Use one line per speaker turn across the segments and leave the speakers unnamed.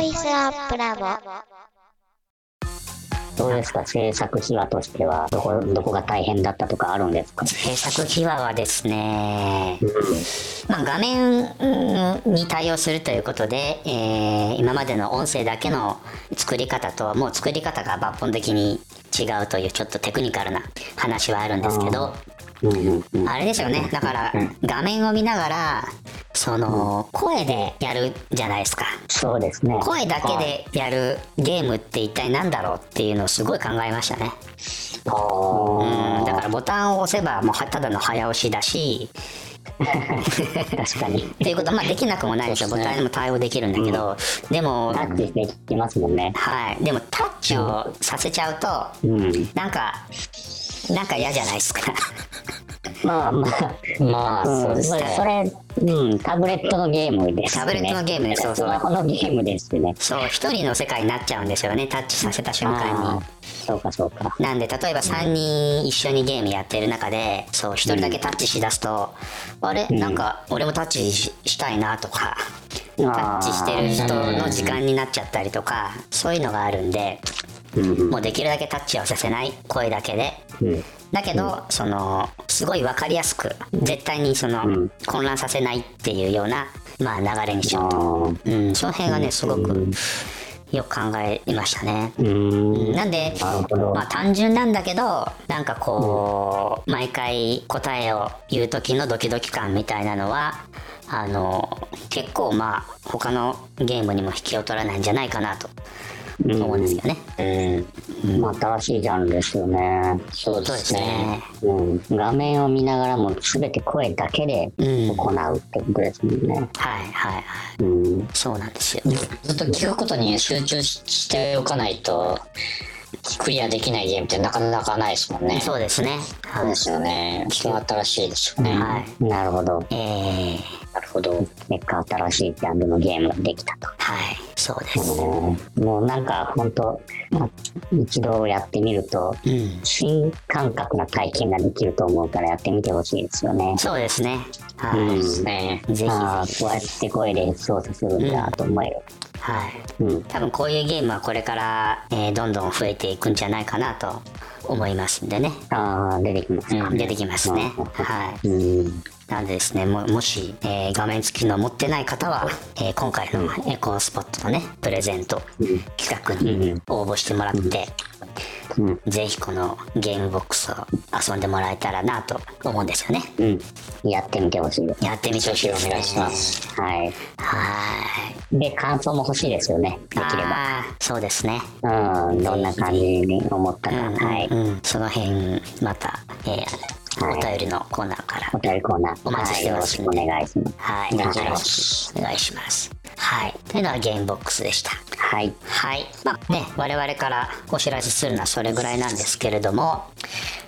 イスアップラボ
どうですか制作秘話としてはどこどこが大変だったとかあるんですか
制作秘話はですね、まあ、画面うんに対応するということで、えー今までの音声だけの作り方とはもう作り方が抜本的に違うというちょっとテクニカルな話はあるんですけど
うんうんうん
あれですよねだから画面を見ながらその声でやるじゃないですか
そうですね
声だけでやるゲームって一体何だろうっていうのをすごい考えましたね
あー
うんだからボタンを押せばもうはただの早押しだし
確かに
っていうことはまあできなくもないですよボタンにも対応できるんだけど、でも、
タッチして聞きますもんね
はいでもタッチをさせちゃうと
うん
なんかなんか嫌じゃないですか
まあまあ
まあ
ん
そうですね
まあそれ、うん、タブレットのゲームですね
タブレットのゲームですそうそう
スマホのゲームですね
そう一人の世界になっちゃうんですよねタッチさせた瞬間
あ
に。
ーそうかそうか
なんで例えば3人一緒にゲームやってる中でそう1人だけタッチしだすと、あれなんか俺もタッチししたいなとか
タ
タッチしてる人の時間になっちゃったりとかそういうのがあるんでもうできるだけタッチはさせない声だけで。
うん
だけど、そのすごい分かりやすく絶対にその、混乱させないっていうような、まあ、流れにしよう
あー
と、うん、その辺がねすごくよく考えましたね。
うーん
なんで
なるほど
まあ、単純なんだけどなんかこう、毎回答えを言う時のドキドキ感みたいなのはあの結構まあ他のゲームにも引きを取らないんじゃないかなと思うんですよね。
うん、まあ新しいジャンルですよね。そう
そうですね。
うん、画面を見ながらも全て声だけで行うってことですもんね。
はいはいはい
うん、
そうなんですよ。
ずっと聞くことに集中ししておかないとクリアできないゲームってなかなかないですもんね。
そうですね。は
そう
い
ですよね。それは新しいですよね。
はい
なるほど。
えー、
なるほど。結果新しいジャンルのゲームができたと。
はいそうです。
うんもうなんか本当、まあ一度やってみると
うん
新感覚な体験ができると思うからやってみてほしいですよね。
そうですね。はい、
うん
ですね。
ぜひぜひ
ああこうやって声で操作するんだと思える。
はい。
うん
多分こういうゲームはこれから、えーどんどん増えていくんじゃないかなと思いますんでね。
ああ出てきますか。
出てきますね。
うん
は
うん
い。なんでですね、ももし、えー画面付きの持ってない方は、えー今回のエコースポットのね、プレゼント企画に応募してもらって、
うん
ぜひこのゲームボックスを遊んでもらえたらなと思うんですよね。
うん、やってみてほしいです。
やってみてほしいですね。
お願いします。
はい。
はい。
で、感想も欲しいですよね、できれば。
あーそうですね。
うん、どんな感じに思ったか。はい。
うん、その辺また、えー
はい
お便りのコーナーから
お便りコーナー、
お待ちしてます
はいよろしくお願いします。
はい、
お
お
願
願
い
いし
しま
ます。お願いします。はい、というのはゲームボックスでした。
はい。
はい、まあね、我々からお知らせするのはそれぐらいなんですけれども、
は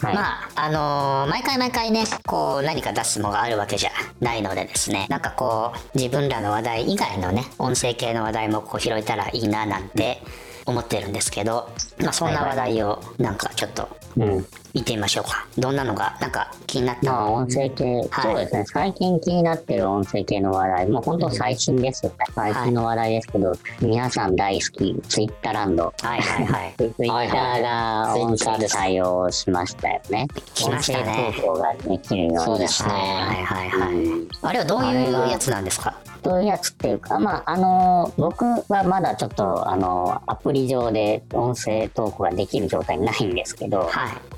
い
まあ、あのー毎回毎回ね、こう、何か出すものがあるわけじゃないのでですね、なんかこう、自分らの話題以外のね、音声系の話題もこう拾えたらいいななんて思ってるんですけど、まあ、そんな話題をなんかちょっと
うん。
見てみましょうか。どんなのが、なんか気になった
まあ、
の
音声系、
はい
そうですね。最近気になってる音声系の話題、もう本当最新ですよね。最新の話題ですけど、皆さん大好き、ツイッターランド。
はいはいはい。
ツイッターが音声対応しましたよね。
しましたね
音声投稿ができるようになった
そうです
は
ね。
いはいはい。あれはどういうやつなんですか
そういうやつっていうか、まあ、あの、僕はまだちょっと、あの、アプリ上で音声投稿ができる状態にないんですけど、
はい。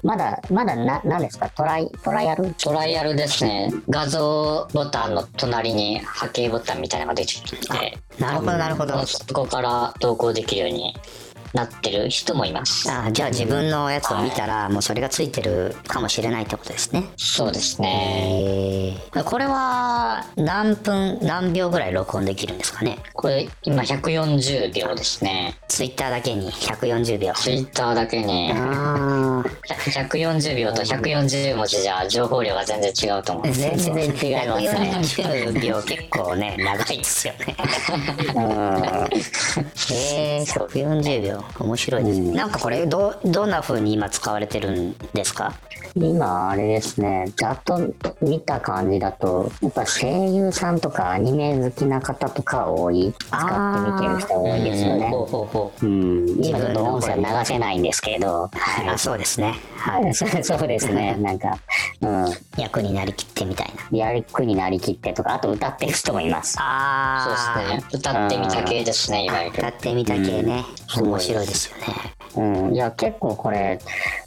まだ、まだな、なんですか、トライ、トライアル
トライアルですね。画像ボタンの隣に波形ボタンみたいなのが出てきて、
なるほどなるほど。あ
そこから投稿できるようになってる人もいます。
じゃあ自分のやつを見たら、もうそれがついてるかもしれないってことですね。
そうですね。
えー、これは何分何秒ぐらい録音できるんですかね
これ今140秒ですね。
ツイッターだけに140秒。
ツイッターだけに
あ
140秒と140文字じゃ情報量が全然違うと思う
ー。全然違
いますね
140秒結構ね、長いですよね。えー、140秒。面白いですね、
うん
なんかこれどうどんな風に今使われてるんですか
今、あれですね、ざっと見た感じだと、やっぱ声優さんとかアニメ好きな方とか多い、使って見てる人多いですよね。
ほうほうほ
うん、
自
今ちょ
分
っと
の
音声流せないんですけど、
うはいあそうですねはい
はい、 そうそうです ね、なんか、う、
役になりきってみたいなん
やりっくになりきってとか、あと歌ってる人もいます。
あ
そう
あ
ですね。歌ってみた系ですね、いわゆる。
歌ってみた系ね、
うん
面白いですよね
うん、いや、結構これ、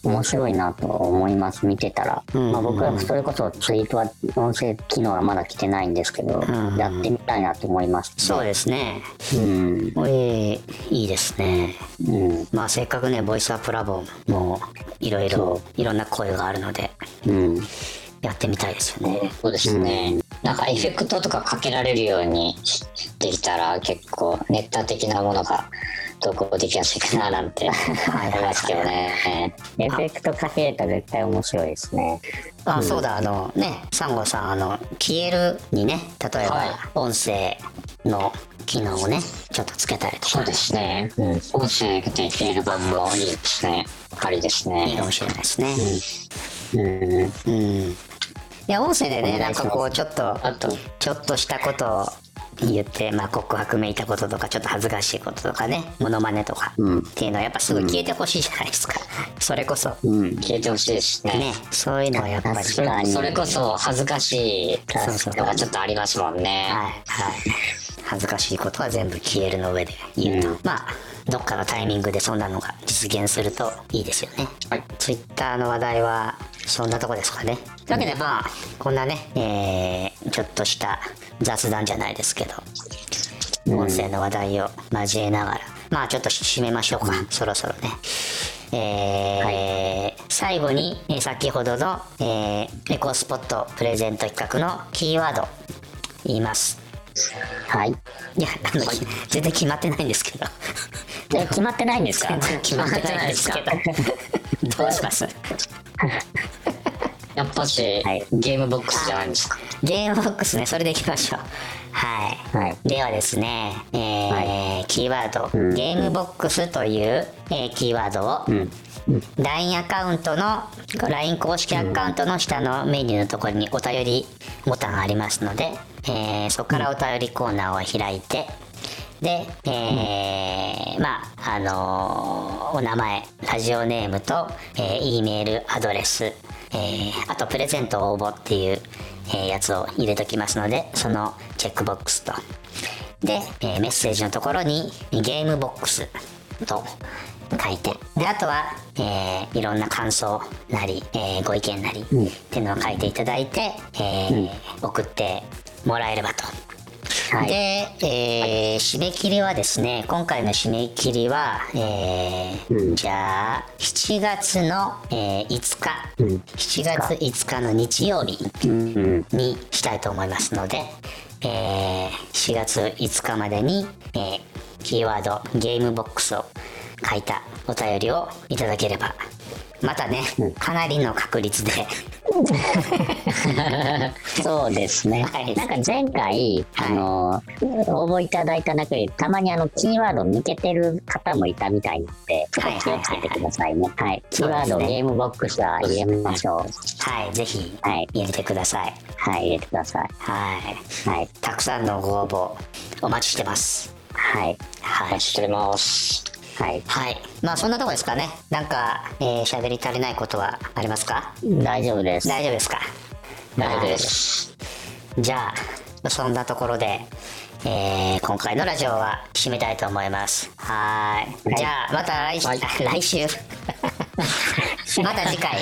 面白いなと思います、見てたら。
うん
まあ、僕はそれこそツイートは音声機能はまだ来てないんですけど、
ん
やってみたいなと思います。
そうですね
うん、
えーいいですね
うん、
まあせっかくねボイスアップラボもいろいろいろんな声があるので
うん。
やってみたいですよね
そうですね。なんかエフェクトとかかけられるようにできたら結構ネタ的なものが投稿できやすいかななんて思いますけど ね。
エフェクトかけれたら絶対面白いですね。
あ、そうだあのねサンゴさんあの消えるにね例えば
はい
音声の機能をねちょっとつけたりと
そう
か
ですね。うん、音声でできる版もいいですね。ありです
いい
ね。
かもしれないですね
うん、
うん、いや音声でね
お願
ないん
します
かこうちょっと
あと、
ちょっとしたことを言って、まあ、告白めいたこととかちょっと恥ずかしいこととかねモノマネとか、っていうのはやっぱすぐ消えてほしいじゃないですか、それこそ、
うん、
消えてほしいですね。
ねそういうのはやっぱり
確かに
それこそ恥ずかしいのがちょっとありますもんね。
はいはい恥ずかしいことは全部消えるの上で言うと、
うん
まあどっかのタイミングでそんなのが実現するといいですよね、
はい
ツイッターの話題はそんなとこですかねというわけでまあこんなね、えーちょっとした雑談じゃないですけど音声の話題を交えながら、まあちょっと締めましょうか、そろそろね。えー最後に、えー先ほどの、えーエコスポットプレゼント企画のキーワード言います。
はい。
いや、あの、全然決まってないんですけど。
え、決まってないんですか
全然決まってないんですけど。どうします
やっぱし、
い
ゲームボックスじゃないんですか。
ゲームボックスね、それでいきましょう。はい。
はい
ではですね、えーキーワード、ゲームボックスという、えーキーワードを、LINE アカウントの、LINE 公式アカウントの下のメニューのところにお便りボタンがありますので、えーそこからお便りコーナーを開いて、で、えーまあ、あのーお名前、ラジオネームと、えー、E メールアドレス、えーあとプレゼント応募っていう、えーやつを入れときますので、そのチェックボックスと。で、えーメッセージのところにゲームボックスと書いて、で、あとは、えーいろんな感想なり、えーご意見なり、っていうのを書いていただいて、えー送ってもらえればと。
はい
で、えー締め切りはですね今回の締め切りは、えーじゃあ7月の、えー5日、7月5日の日曜日にしたいと思いますので、えー4月5日までに、えーキーワードゲームボックスを書いたお便りをいただければまたねかなりの確率で
そうですね。
はい
なんか前回、あの、応募いただいた中で、たまにあの、キーワード抜けてる方もいたみたいなので、ちょっと気をつけてくださいね。はい。キーワードをゲームボックスは入れましょう。
はいぜひ
はい。
入れてください。
はい、入れてください。
はい、
はい。
たくさんのご応募お待ちしてます。
はい。
お
は
待
い、
ちしております。
はい。
はい、まあそんなとこですかね。なんか喋、えー、喋り足りないことはありますか？
大丈夫です。
大丈夫ですか？
大丈夫です。
じゃあそんなところで、えー今回のラジオは締めたいと思います。はーい。じゃあまた来,、
はい
来週。また次回。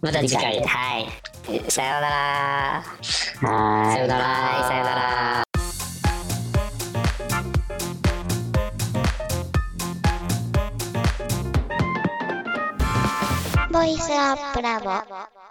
また次回。
はい。さようなら。
はーい
さようなら。
はい、さようなら。
ボイスアップラボ